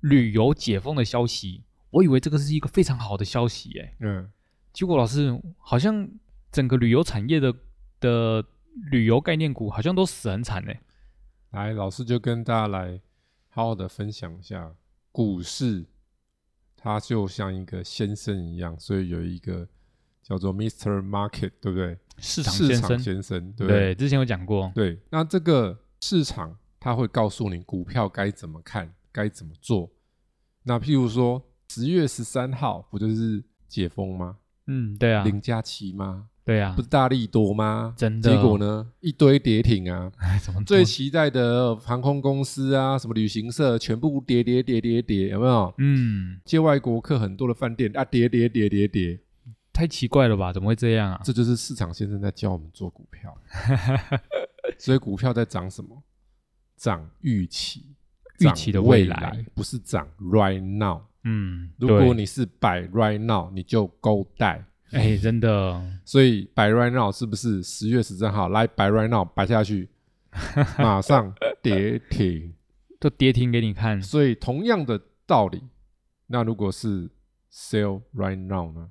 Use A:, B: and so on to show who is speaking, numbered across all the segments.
A: 旅游解封的消息，我以为这个是一个非常好的消息、欸，哎，
B: 嗯，
A: 结果老师好像整个旅游产业的的旅游概念股好像都死很惨哎、
B: 来，老师就跟大家来好好的分享一下，股市它就像一个先生一样，所以有一个叫做 Mr. Market，对不对？
A: 市场先生，
B: 先生，对不
A: 对，
B: 对？
A: 之前有讲过，
B: 对，那这个市场它会告诉你股票该怎么看，该怎么做。那譬如说十月十三号不就是解封吗？
A: 嗯，对啊，
B: 零加七吗？
A: 对啊
B: 不，是大力多吗？
A: 真的，
B: 结果呢，一堆跌停啊！
A: 哎，怎么
B: 最
A: 多
B: 期待的呃航空公司啊，什么旅行社，全部跌跌跌跌跌，有没有？
A: 嗯，
B: 接外国客很多的饭店啊，跌跌跌跌跌，
A: 太奇怪了吧？怎么会这样啊？
B: 这就是市场先生在教我们做股 票。所以股票在涨什么？涨预期，
A: 预
B: 涨
A: 期的
B: 未
A: 未来
B: 不是涨 right now。
A: 嗯，
B: 如果
A: 对
B: 你是摆 right now，你就 go die。
A: 哎，真的，
B: 所以摆 right now 是不是十月十三号来摆 right now 摆下去，马上跌停。
A: 都跌停给你看，
B: 所以同样的道理，那如果是 sell right now 呢？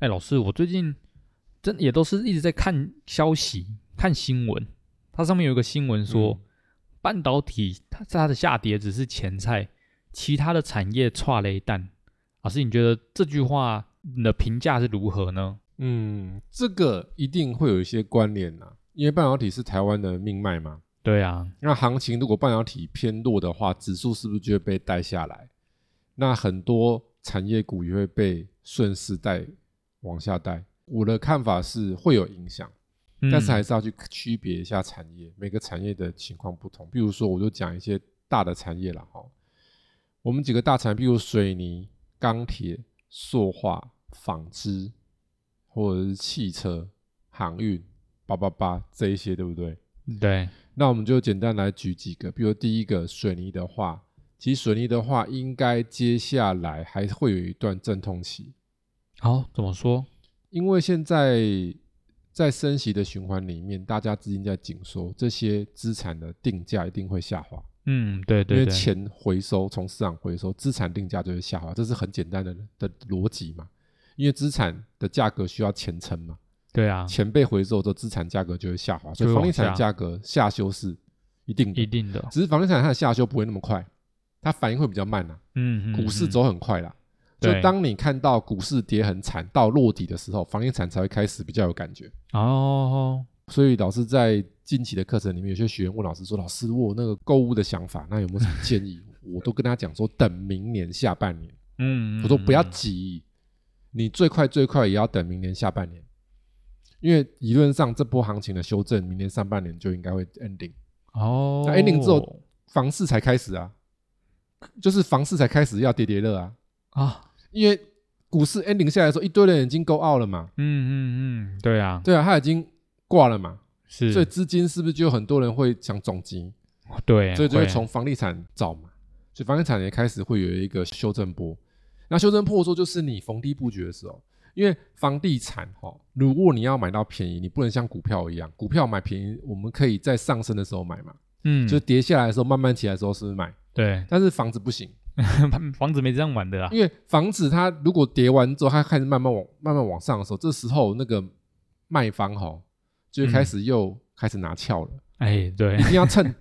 A: 哎，老师，我最近真也都是一直在看消息、看新闻。它上面有一个新闻说，
B: 嗯
A: 半导体它它的下跌只是前菜，其他的产业差雷弹。老师，你觉得这句话你的评价是如何呢？
B: 嗯，这个一定会有一些关联呐、因为半导体是台湾的命脉嘛。
A: 对啊，
B: 那行情如果半导体偏弱的话，指数是不是就会被带下来？那很多产业股也会被顺势带往下带。我的看法是会有影响，
A: 嗯
B: 但是还是要去区别一下产业，每个产业的情况不同。比如说，我就讲一些大的产业了哈。我们几个大产业，比如水泥、钢铁、塑化、纺织，或者是汽车、航运、八八八这一些，对不对？
A: 对，
B: 那我们就简单来举几个，比如第一个水泥的话，其实水泥的话，应该接下来还会有一段阵痛期，
A: 好、怎么说？
B: 因为现在在升息的循环里面，大家资金在紧缩，这些资产的定价一定会下滑，
A: 嗯，对
B: 因
A: 对
B: 为
A: 对，
B: 钱回收从市场回收，资产定价就会下滑，这是很简单的的逻辑嘛。因为资产的价格需要钱撑嘛，
A: 对啊，
B: 钱被回收之后，资产价格就会下滑，
A: 就
B: 所以
A: 会
B: 房地
A: 往
B: 产
A: 下
B: 价格下修是一定的
A: 一。定的，
B: 只是房地产它的下修不会那么快，它反应会比较慢啊啦、
A: 嗯，嗯
B: 股市
A: 嗯
B: 走很快啦。
A: 对
B: 就当你看到股市跌很惨到落底的时候，房地产才会开始比较有感觉。
A: 哦，
B: 所以老师在近期的课程里面，有些学员问老师说：“老师，我有那个购物的想法，那有没有什么建议？” 我都跟他讲说，等明年下半年。
A: 嗯，
B: 我说
A: 嗯
B: 不要
A: 嗯
B: 急，你最快最快也要等明年下半年，因为理论上这波行情的修正，明年上半年就应该会 ending。
A: 哦，
B: 那 ending 之后房市才开始啊，就是房市才开始要跌跌乐啊，
A: 啊，
B: 因为股市 ending 下来的时候，一堆人已经 go out 了嘛，
A: 嗯嗯嗯，对啊，
B: 对啊，他已经挂了嘛，
A: 是，
B: 所以资金是不是就有很多人会想总金，
A: 对，
B: 所以就会
A: 会
B: 从房地产找嘛，所以房地产也开始会有一个修正波，那修正波的时候就是你逢低布局的时候。因为房地产哈、哦，如果你要买到便宜，你不能像股票一样，股票买便宜，我们可以在上升的时候买嘛，
A: 嗯，
B: 就跌下来的时候慢慢起来的时候是不是买？
A: 对，
B: 但是房子不行，
A: 房子没这样玩的啦。啊
B: 因为房子它如果跌完之后，它开始慢慢往慢慢往上的时候，这时候那个卖方哈就会开
A: 嗯
B: 始又开始拿翘了，
A: 哎，对
B: 一，定 要趁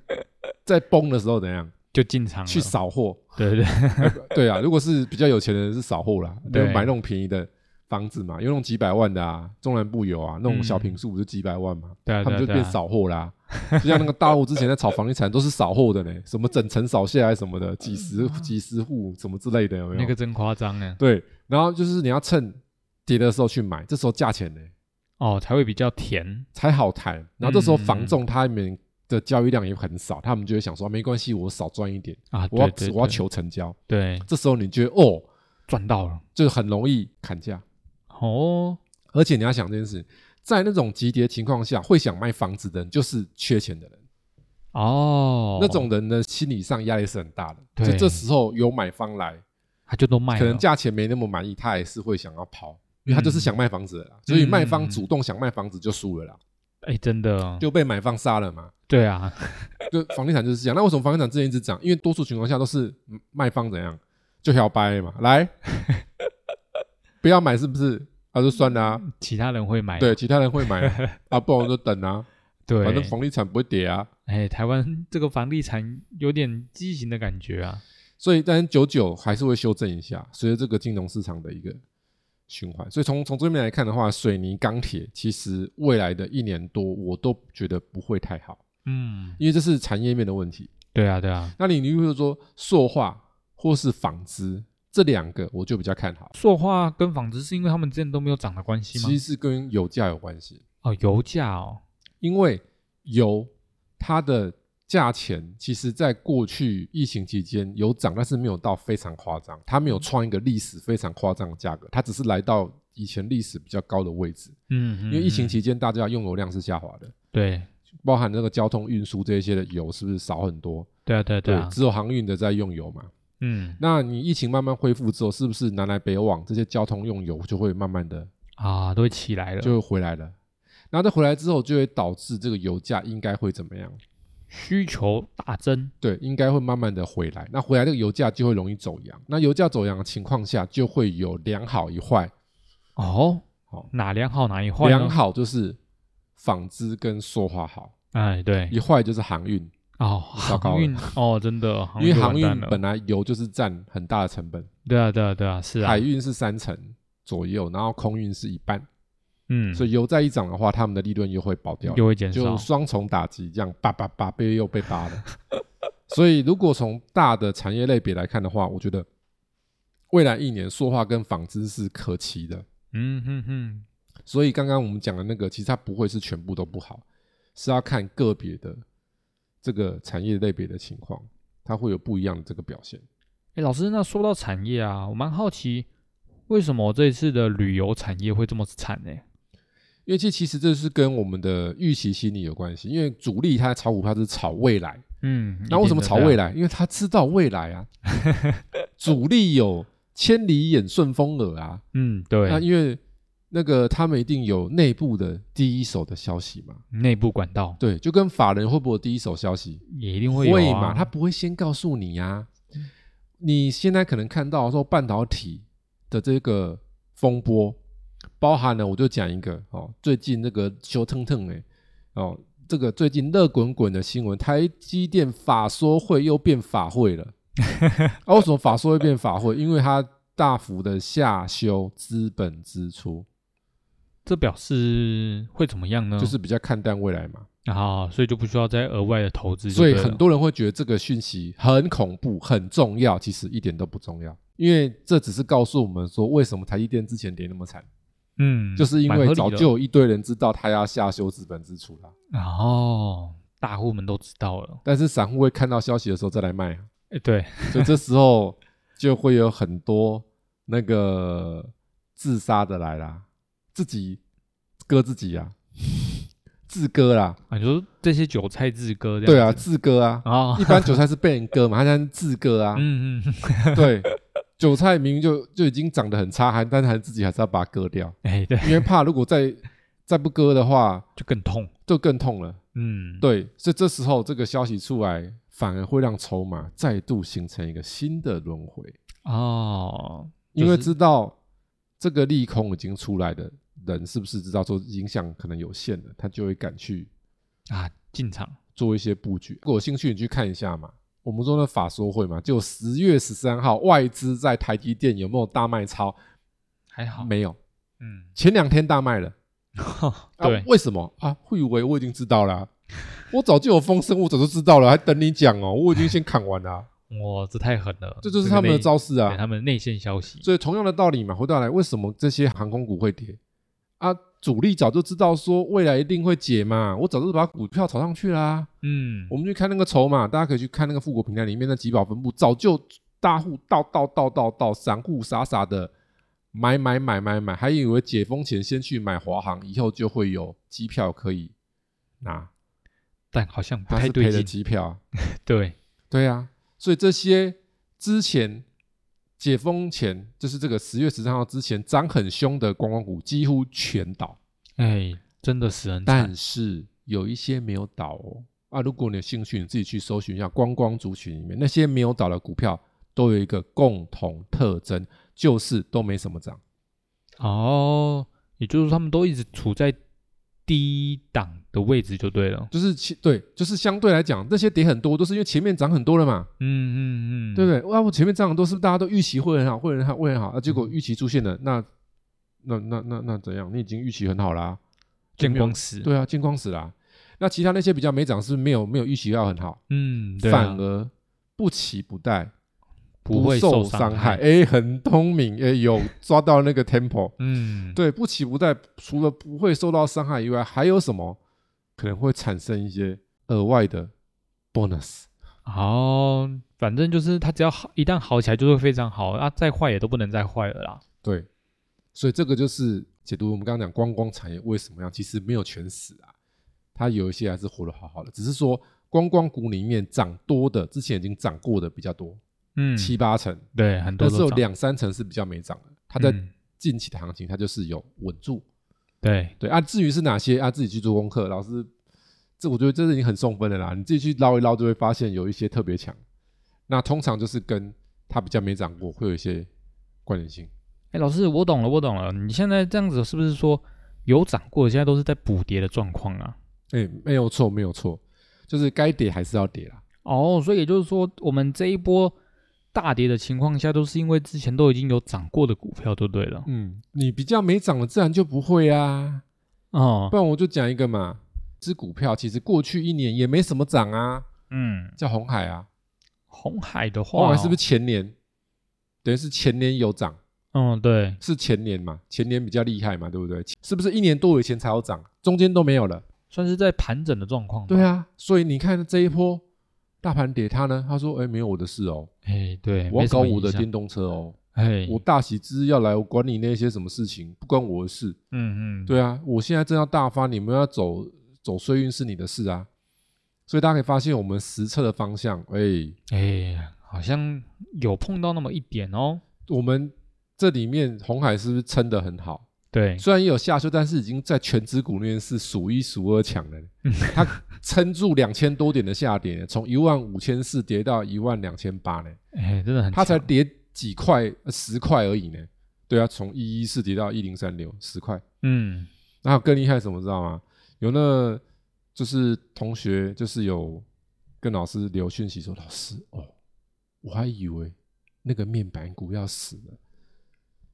B: 在崩的时候怎样
A: 就进场了
B: 去扫货？
A: 对对对，
B: 对啊，如果是比较有钱的人是扫货啦，就
A: 对
B: 买那种便宜的房子嘛，有那种几百万的啊，中南部有啊，那种小平数不就几百万嘛，
A: 嗯对啊
B: 他
A: 对
B: 们
A: 啊
B: 就
A: 对
B: 变
A: 啊
B: 扫货啦。就像那个大陆之前在炒房地产都是扫货的呢，什么整层扫下来什么的，
A: 嗯
B: 几十几十户什么之类的，有没有？
A: 那个真夸张哎。
B: 对，然后就是你要趁跌的时候去买，这时候价钱呢
A: 哦，才会比较甜。
B: 才好谈。然后这时候
A: 嗯
B: 房仲他们的交易量也很少，他们就会想说没关系，我少赚一点，
A: 啊，
B: 我要
A: 对对
B: 我要
A: 对
B: 求成交。
A: 对
B: 这时候你觉得哦，
A: 赚到了
B: 就是很容易砍价，
A: 哦，
B: 而且你要想这件事，在那种急跌情况下，会想卖房子的人就是缺钱的人。
A: 哦，
B: 那种人的心理上压力是很大的。
A: 对哎
B: 就这时候有买方来，
A: 他就都卖了，
B: 可能价钱没那么满意，他也是会想要抛，因为他
A: 嗯
B: 就是想卖房子的啦。所以卖方主动想卖房子就输了啦，
A: 哎，真的
B: 就被买方杀了嘛。
A: 对啊，
B: 就房地产就是这样。那为什么房地产之前一直涨？因为多数情况下都是嗯卖方怎样就摇摆嘛，来 不要买是不是？啊，就算啦、
A: 其他人会买，
B: 对，其他人会买啊啊，不然我就等啊，
A: 对，
B: 反正房地产不会跌啊。
A: 哎，台湾这个房地产有点畸形的感觉啊，
B: 所以，但是久久还是会修正一下，随着这个金融市场的一个循环。所以从从这面来看的话，水泥、钢铁其实未来的一年多，我都觉得不会太好，
A: 嗯，
B: 因为这是产业面的问题。
A: 对啊，对啊，
B: 那你如果说塑化或是纺织这两个，我就比较看好，
A: 塑化跟纺织是因为他们之前都没有涨的关系
B: 其
A: 吗？
B: 实是跟油价有关系，
A: 哦，油价哦，
B: 因为油它的价钱其实在过去疫情期间有涨，但是没有到非常夸张，它没有创一个历史非常夸张的价格，它只是来到以前历史比较高的位置。
A: 嗯，
B: 因为疫情
A: 嗯
B: 期间大家用油量是下滑的，
A: 对
B: 包含那个交通运输这一些的油是不是少很多？
A: 对啊，对啊，啊，
B: 只有航运的在用油嘛。
A: 嗯
B: 那你疫情慢慢恢复之后，是不是南来北往这些交通用油就会慢慢的
A: 啊，都会起来了，
B: 就会回来了？然后它回来之后，就会导致这个油价应该会怎么样？
A: 需求大增，
B: 对，应该会慢慢的回来。那回来这个油价就会容易走阳。那油价走阳的情况下，就会有良好一坏。
A: 哦
B: 好，
A: 哪良好哪一坏呢？
B: 良好就是纺织跟塑化好，
A: 哎，对，
B: 一坏就是航运，
A: 哦，
B: 糟糕
A: 航
B: 了
A: 运哦，真的，
B: 因为
A: 就完
B: 航运
A: 蛋了
B: 本来油就是占很大的成本，
A: 对啊，对啊，对啊，是啊
B: 海，运是三成左右，然后空运是一半，
A: 嗯，
B: 所以油再一涨的话，他们的利润又会爆掉，
A: 又会减少
B: 就，双重打击，这样叭叭叭被又被扒了。 所以如果从大的产业类别来看的话，我觉得未来一年塑化跟纺织是可期的。
A: 嗯哼哼，
B: 所以刚刚我们讲的那个，其实它不会是全部都不好，是要看个别的这个产业类别的情况，它会有不一样的这个表现。
A: 哎，老师，那说到产业啊，我蛮好奇，为什么这一次的旅游产业会这么惨呢？
B: 因为这其实这是跟我们的预期心理有关系，因为主力他在炒股票是炒未来，
A: 嗯，
B: 那为什么炒未
A: 来？
B: 来？因为他知道未来啊，主力有千里眼顺风耳啊。
A: 嗯，
B: 那
A: 对，
B: 因为那个他们一定有内部的第一手的消息嘛，
A: 内部管道
B: 对，就跟法人会不会有第一手消息？
A: 也一定会有啊
B: 嘛，他不会先告诉你啊。你现在可能看到说半导体的这个风波，包含了我就讲一个哦，最近那个修腾腾哎哦，这个最近热滚滚的新闻，台积电法说会又变法会 了。啊，为什么法说会变法会？因为它大幅的下修资本支出，
A: 这表示会怎么样呢？
B: 就是比较看淡未来嘛。
A: 啊，所以就不需要再额外的投资就
B: 所
A: 对
B: 以
A: 了，
B: 很多人会觉得这个讯息很恐怖、很重要，其实一点都不重要，因为这只是告诉我们说，为什么台积电之前跌那么惨，
A: 嗯，
B: 就是因
A: 蛮合
B: 为
A: 理
B: 早
A: 的
B: 就有一堆人知道它要下修资本支出了，
A: 哦，大户们都知道了，
B: 但是散户会看到消息的时候再 来卖啊，
A: 哎，对，
B: 所以这时候就会有很多那个自杀的来啦，自己割自 己啊，自割啦，
A: 啊，你说这些韭菜自割这
B: 对
A: 样
B: 啊，
A: 子，
B: 自割啊，
A: 啊，
B: 一般韭菜是被人割嘛，他现在是自割啊，
A: 嗯嗯嗯，
B: 对，韭菜明明就就已经长得很差，还但是还自己还是要把它割掉，
A: 哎，对，
B: 因为怕如果再再不割的话，
A: 就更痛，
B: 就更痛了。
A: 嗯，
B: 对，所以这时候这个消息出来，反而会让筹码再度形成一个新的轮回，
A: 哦，
B: 因为
A: 就是
B: 知道这个利空已经出来的人，是不是知道说影响可能有限了，他就会敢去
A: 啊进场，
B: 做一些布局。如果有兴趣，你去看一下嘛。我们说那法说会嘛，就十月十三号外资在台积电有没有大卖超？
A: 还好，
B: 没有。
A: 嗯，
B: 前两天大卖了，啊
A: 对，
B: 为什么啊？会以为我已经知道了啊、我早就有风声，我早就知道了，还等你讲哦，我已经先砍完了啊、
A: 哇，这太狠了，
B: 这就是他们的
A: 内
B: 招式
A: 对
B: 啊。
A: 他们内线消息，
B: 所以同样的道理嘛，回到来，为什么这些航空股会跌啊？主力早就知道说未来一定会解嘛，我早就把股票炒上去啦、
A: 嗯
B: 我，们去看那个筹码，大家可以去看那个富国平台里面的集保分布，早就大户倒倒倒倒倒，散户傻傻的买买买买买，还以为解封前先去买华航，以后就会有机票可以拿，
A: 但好像不
B: 他
A: 太
B: 是赔
A: 对
B: 了
A: 劲，
B: 机票、啊。
A: 对，
B: 对啊，所以这些之前解封前，就是这个十月十三号之前涨很凶的观光股几乎全倒，
A: 哎，真的死人惨，
B: 但是有一些没有倒哦。啊，如果你有兴趣，你自己去搜寻一下观光族群里面那些没有倒的股票，都有一个共同特征，就是都没什么涨。
A: 哦，也就是说他们都一直处在低档的位置就对了，
B: 就是其对，就是相对来讲，那些跌很多都是因为前面涨很多了嘛，
A: 嗯嗯嗯，
B: 对不对？哇，我前面涨很多，是不是大家都预期会很好，会很好，会很好啊？结果预期出现了，那那那那那怎样？你已经预期很好啦、
A: 见光死，
B: 对啊，见光死啦、那其他那些比较没涨，是不是没有没有预期要很好，
A: 嗯，对啊
B: 反而不期不待，
A: 不会
B: 受
A: 伤
B: 害。，哎，很聪明，哎，有抓到那个 tempo。
A: 嗯，
B: 对，不期不待，除了不会受到伤害以外，还有什么可能会产生一些额外的 bonus？
A: 哦，反正就是它只要好，一旦好起来就会非常好，啊，再坏也都不能再坏了啦。
B: 对，所以这个就是解读我们刚刚讲观光产业为什么样，其实没有全死啊，它有一些还是活得好好的，只是说观光股里面涨多的，之前已经涨过的比较多，
A: 嗯，
B: 七八成，
A: 对，很多
B: 但是
A: 都
B: 有
A: 涨
B: 两三成是比较没涨的，它在
A: 嗯
B: 近期的行情它就是有稳住，
A: 对，
B: 对啊，至于是哪些啊，自己去做功课，老师，这我觉得这是已经很送分的啦，你自己去捞一捞就会发现有一些特别强，那通常就是跟它比较没涨过会有一些关联性。
A: 哎，老师，我懂了，我懂了，你现在这样子是不是说有涨过，现在都是在补跌的状况啊？
B: 哎、没有错，没有错，就是该跌还是要跌啦。
A: 哦，所以也就是说，我们这一波大跌的情况下，都是因为之前都已经有涨过的股票，就对了。
B: 嗯，你比较没涨了，自然就不会啊。
A: 哦
B: 不，然我就讲一个嘛，这股票其实过去一年也没什么涨啊，
A: 嗯，
B: 叫红海啊，
A: 红海的话、
B: 红海是不是？前年？等于是前年有涨，
A: 嗯，对，
B: 是前年嘛？前年比较厉害嘛，对不对？是不是一年多以前才有涨，中间都没有了？
A: 算是在盘整的状况。
B: 对，啊，所以你看这一波大盘跌，它呢，他说：“哎，没有我的事哦，
A: 哎，对，
B: 我
A: 没
B: 要
A: 什
B: 搞
A: 么
B: 我
A: 影
B: 的
A: 响
B: 电动车哦，
A: 哎，
B: 我大喜之日要来，我管你那些什么事情，不关我的事。”
A: 嗯嗯，
B: 对啊，我现在正要大发，你们要走走衰运是你的事啊。所以大家可以发现，我们实测的方向，哎、
A: 哎，好像有碰到那么一点哦。
B: 我们这里面红海是不是撑得很好？
A: 对，
B: 虽然也有下修，但是已经在全指股里面是数一数二强了。
A: 嗯
B: 它撑住两千多点的下跌，从一万五千四跌到一万两千八呢，
A: 哎，真的很强，
B: 它才跌几块，呃十块而已呢。对啊，从一一四跌到一零三六，十块。
A: 嗯，
B: 然后更厉害什么知道吗？有那就是同学就是有跟老师留讯息说，老师哦，我还以为那个面板股要死了，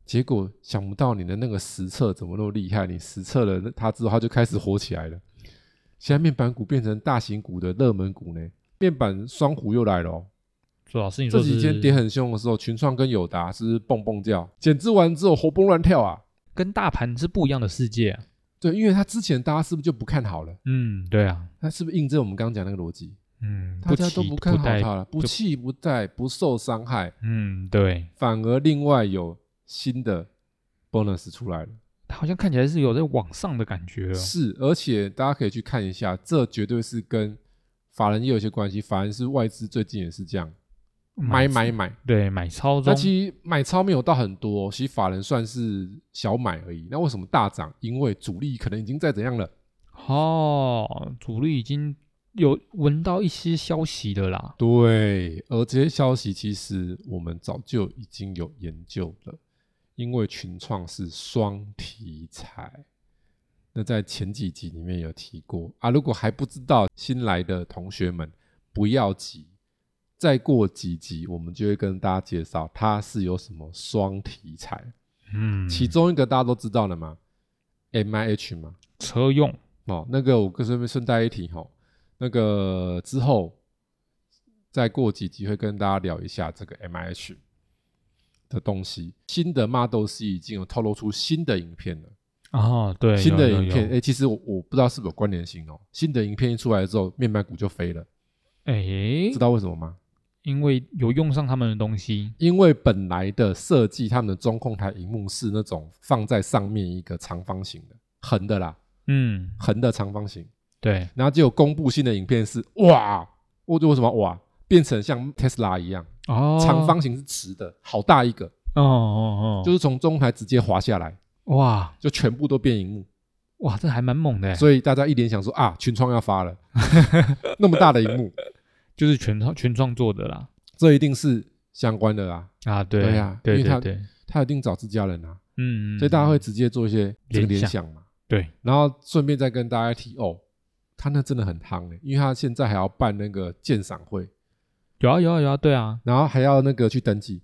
B: 结果想不到你的那个实测怎么那么厉害，你实测了那它之后，它就开始火起来了。现在面板股变成大型股的热门股呢，面板双虎又来了、哦。
A: 朱老师，你
B: 这
A: 说
B: 几天
A: 是
B: 跌很凶的时候，群创跟友达是不是蹦蹦叫，减资完之后活蹦乱跳啊。
A: 跟大盘是不一样的世界啊。
B: 对，因为它之前大家是不是就不看好了？
A: 嗯，对啊，
B: 它是不是印证我们刚刚讲那个逻辑？
A: 嗯，
B: 大家都
A: 期
B: 不看好
A: 待
B: 它了，不气不待，不受伤害，
A: 嗯，对，
B: 反而另外有新的 bonus 出来了。
A: 它好像看起来是有在往上的感觉哦。
B: 是，而且大家可以去看一下，这绝对是跟法人也有一些关系。法人是外资最近也是这样买
A: 超，
B: 买买。
A: 对，买超
B: 那
A: 中，
B: 其实买超没有到很多、其实法人算是小买而已。那为什么大涨？因为主力可能已经在怎样了？
A: 哦，主力已经有闻到一些消息的啦。
B: 对，而这些消息其实我们早就已经有研究了，因为群创是双题材。那在前几集里面有提过啊，如果还不知道新来的同学们，不要急，再过几集我们就会跟大家介绍它是有什么双题材。
A: 嗯，
B: 其中一个大家都知道了嘛，M I H 嘛，
A: 车用，
B: 哦，那个我跟顺便顺带一提哈、那个之后再过几集会跟大家聊一下这个 M I H 的东西。新的 Model C 已经有透露出新的影片了，
A: 哦，对，
B: 新的
A: 有有
B: 影片，
A: 有
B: 哎、其实我我不知道是不是有关联性哦。新的影片一出来之后，面板股就飞了，
A: 哎
B: 知，道为什么吗？
A: 因为有用上他们的东西，
B: 因为本来的设计，他们的中控台荧幕是那种放在上面一个长方形的横的啦，
A: 嗯，
B: 横的长方形。
A: 对，
B: 然后结果公布新的影片是哇，我就为什么哇，变成像 Tesla 一样，
A: 哦，
B: 长，方形是直的，好大一个，
A: 哦哦哦，
B: 就是从中控台直接滑下来，
A: 哇
B: 就全部都变荧幕。
A: 哇，这还蛮猛的欸，
B: 所以大家一联想说啊，群创要发了， 那么大的荧幕，
A: 就是全创全创作的啦，
B: 这一定是相关的啦，
A: 啊，对
B: 对啊
A: 对
B: 因为
A: 对
B: 它
A: 对，
B: 他一定找自家人啊，
A: 嗯，
B: 所以大家
A: 嗯
B: 会直接做一些这个
A: 联
B: 联
A: 想
B: 想嘛。
A: 对，
B: 然后顺便再跟大家提哦，他那真的很夯诶、因为他现在还要办那个鉴赏会，
A: 有啊有啊有啊，对啊，
B: 然后还要那个去登记，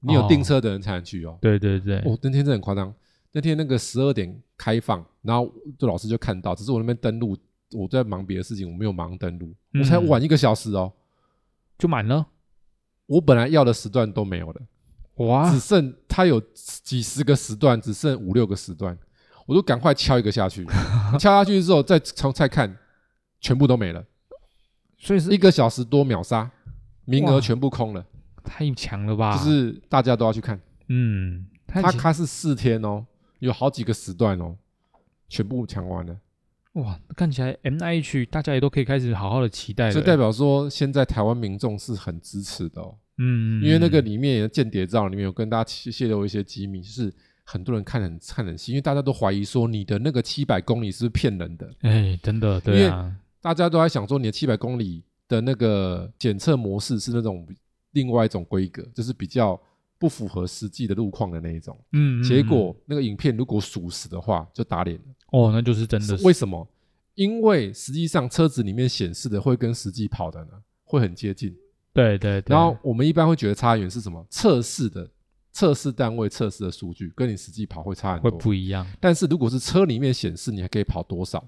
B: 你有
A: 哦
B: 订车的人才能去哦。
A: 对对对，
B: 哦，那天真的很夸张，那天那个十二点开放，然后就老师就看到，只是我那边登录，我在忙别的事情，我没有忙登录，我才
A: 嗯
B: 晚一个小时哦。
A: 就满了，
B: 我本来要的时段都没有了，
A: 哇
B: 只剩他有几十个时段，只剩五六个时段，我就赶快敲一个 下去，敲下去之后再从再看，全部都没了。
A: 所以是
B: 一个小时多秒杀，名
A: 哇啊
B: 额全部空了，
A: 太强了吧？
B: 就是大家都要去看。
A: 嗯，太
B: 它
A: 强
B: 它是四天哦，有好几个时段哦，全部抢完了，
A: 哇，看起来 M I H 大家也都可以开始好好的期待了，
B: 所以代表说现在台湾民众是很支持的哦，
A: 嗯，
B: 因为那个里面也间谍照里面有跟大家泄泄露一些机密，就是很多人看很看很细，因为大家都怀疑说你的那个七百公里是不是骗人的，
A: 哎，真的对啊，
B: 大家都在想说你的七百公里的那个检测模式是那种另外一种规格，就是比较不符合实际的路况的那一种。
A: 嗯，嗯
B: 结
A: 嗯
B: 果那个影片如果属实的话，就打脸了。
A: 哦，那就是真的是
B: 为什么？因为实际上车子里面显示的会跟实际跑的呢会很接近。
A: 对对对，
B: 然后我们一般会觉得差远是什么？测试的测试单位测试的数据跟你实际跑会差
A: 会
B: 很多。
A: 不一样，
B: 但是如果是车里面显示你还可以跑多少，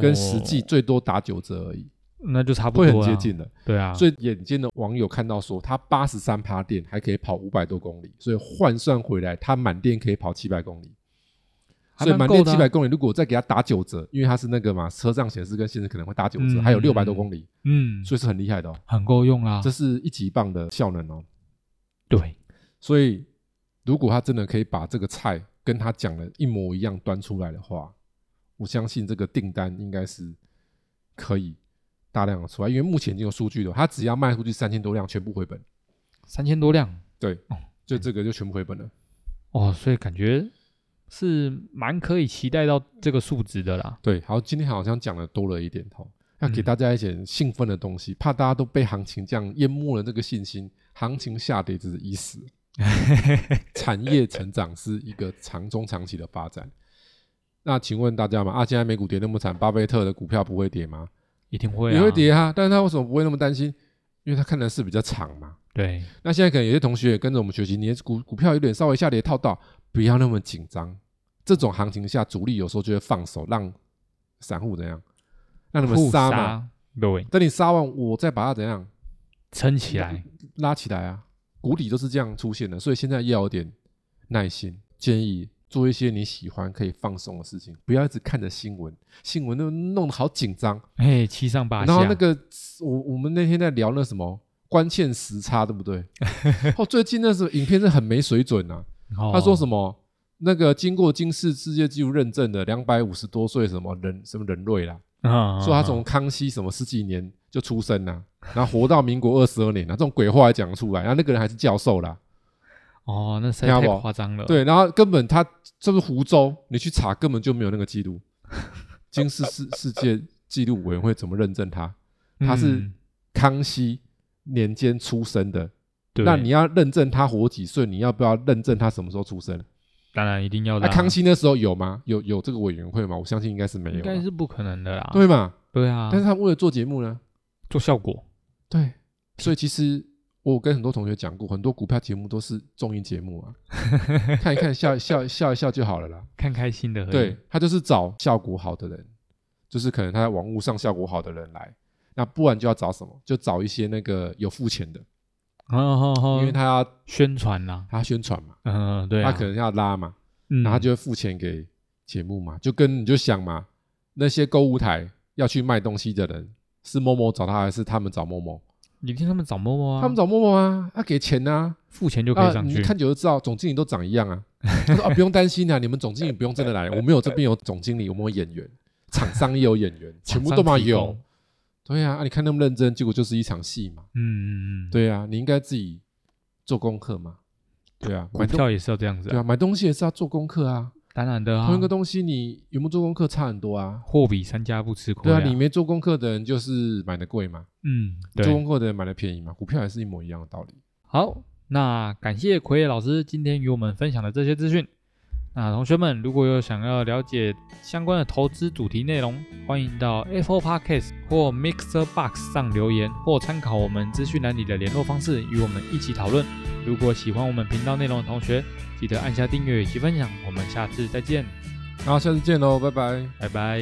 B: 跟实际
A: 哦
B: 最多打九折而已，
A: 那就差不
B: 会很
A: 多
B: 接
A: 啊
B: 近，的。
A: 对啊，
B: 所以眼尖的网友看到说，它八十三趴电还可以跑五百多公里，所以换算回来，它满电可以跑七百公里。
A: 还
B: 所以
A: 蛮
B: 满
A: 够
B: 电
A: 的
B: 七
A: 啊
B: 百公里，如果再给它打九折，因为它是那个嘛，车上显示跟现实可能会打九折，
A: 嗯
B: 还有六百多公里，
A: 嗯，
B: 所以是很厉害的哦。
A: 很够用啦
B: 这，是一级棒的效能哦。
A: 对，
B: 所以如果他真的可以把这个菜跟他讲的一模一样端出来的话，我相信这个订单应该是可以大量的出来，因为目前已经有数据了，他只要卖出去三千多辆，全部回本。
A: 三千多辆
B: 对
A: 哦，
B: 就这个就全部回本了。
A: 哦，所以感觉是蛮可以期待到这个数值的啦，
B: 对，好，今天好像讲的多了一点哦，要给
A: 嗯
B: 大家一点兴奋的东西，怕大家都被行情这样淹没了这个信心，行情下跌只是 一时，产业成长是一个长中长期的发展。那请问大家嘛，啊，现在美股跌那么惨，巴菲特的股票不会跌吗？
A: 一定会
B: 也
A: 啊
B: 会，跌啊，但是他为什么不会那么担心？因为他看的是比较长嘛。
A: 对，
B: 那现在可能有些同学也跟着我们学习，你的股股票有点稍微下跌套到，不要那么紧张。这种行情下，主力有时候就会放手，让散户怎样，让你们
A: 互
B: 杀嘛。
A: 对，
B: 等你杀完，我再把它怎样
A: 撑起来，
B: 拉起来啊？谷底都是这样出现的，所以现在要有点耐心。建议做一些你喜欢可以放松的事情，不要一直看着新闻，新闻都弄得好紧张。
A: 哎，七上八下，
B: 然后那个我我们那天在聊那什么关键时差，对不对？哦，最近那什么影片是很没水准啊。
A: 哦
B: 他说什
A: 么
B: 么那个经过金氏世界纪录认证的两百五十多岁什么人什么人瑞啦，
A: 啊
B: 说他从康熙什么十几年就出生啦、然后活到民国二十二年啊，这种鬼话也讲得出来。然后那个人还是教授啦，
A: 哦，那实在
B: 听到
A: 太
B: 不
A: 夸张了，，
B: 对，然后根本他这是湖州，你去查根本就没有那个记录。金氏世世界纪录委员会怎么认证他？他是
A: 嗯
B: 康熙年间出生的，
A: 对，
B: 那你要认证他活几岁，你要不要认证他什么时候出生？
A: 当然一定要
B: 那、
A: 的啊，
B: 康熙那时候有吗？有有这个委员会吗？我相信应该是没有
A: 应
B: 啦，
A: 该是不可能的啦，
B: 对嘛？
A: 啊对啊，
B: 但是他为了做节目呢，
A: 做效果，
B: 对，所以其实我跟很多同学讲过，很多股票节目都是综艺节目 啊，看一看笑笑笑一笑就好了啦。
A: 看开心的而已，
B: 对他就是找效果好的人，就是可能他在网络上效果好的人来，那不然就要找什么？就找一些那个有付钱的，
A: 好好好，
B: 因为他要
A: 哦宣传啊啦，
B: 他宣传嘛，
A: 嗯，对啊，
B: 他可能要拉嘛，
A: 嗯，
B: 然后他就会付钱给节目嘛，就跟你就想嘛，那些购物台要去卖东西的人，是某某找他，还是他们找某某？
A: 你听他们找摸摸啊，
B: 他们找某某啊，他给钱啊，
A: 付钱就可以
B: 啊
A: 上
B: 你
A: 去，
B: 看久就知道，总经理都长一样啊。他说啊，不用担心啊，你们总经理不用真的来，我们有这边有总经理，我们有演员，厂商也有演员，全部都
A: 厂商
B: 嘛
A: 提
B: 有
A: 供。，
B: 对啊，啊你看那么认真，结果就是一场戏嘛。
A: 嗯嗯嗯，，
B: 对啊，你应该自己做功课嘛。对啊，
A: 股
B: 买东
A: 票也是要这样子
B: 对
A: 啊，
B: 啊，买东西也是要做功课啊。
A: 当然的啊
B: 同一，个东西你有没有做功课差很多啊。
A: 货比三家不吃亏
B: 对啊，你没做功课的人就是买的贵嘛，
A: 嗯，
B: 做
A: 对，
B: 功课的人买的便宜嘛，股票也是一模一样的道理。
A: 好，那感谢奎野老师今天与我们分享的这些资讯。那同学们如果有想要了解相关的投资主题内容，欢迎到 Apple Podcast 或 Mixer Box 上留言，或参考我们资讯栏里的联络方式与我们一起讨论。如果喜欢我们频道内容的同学，记得按下订阅以及分享。我们下次再见，
B: 好，下次见喽，拜拜。
A: 拜拜。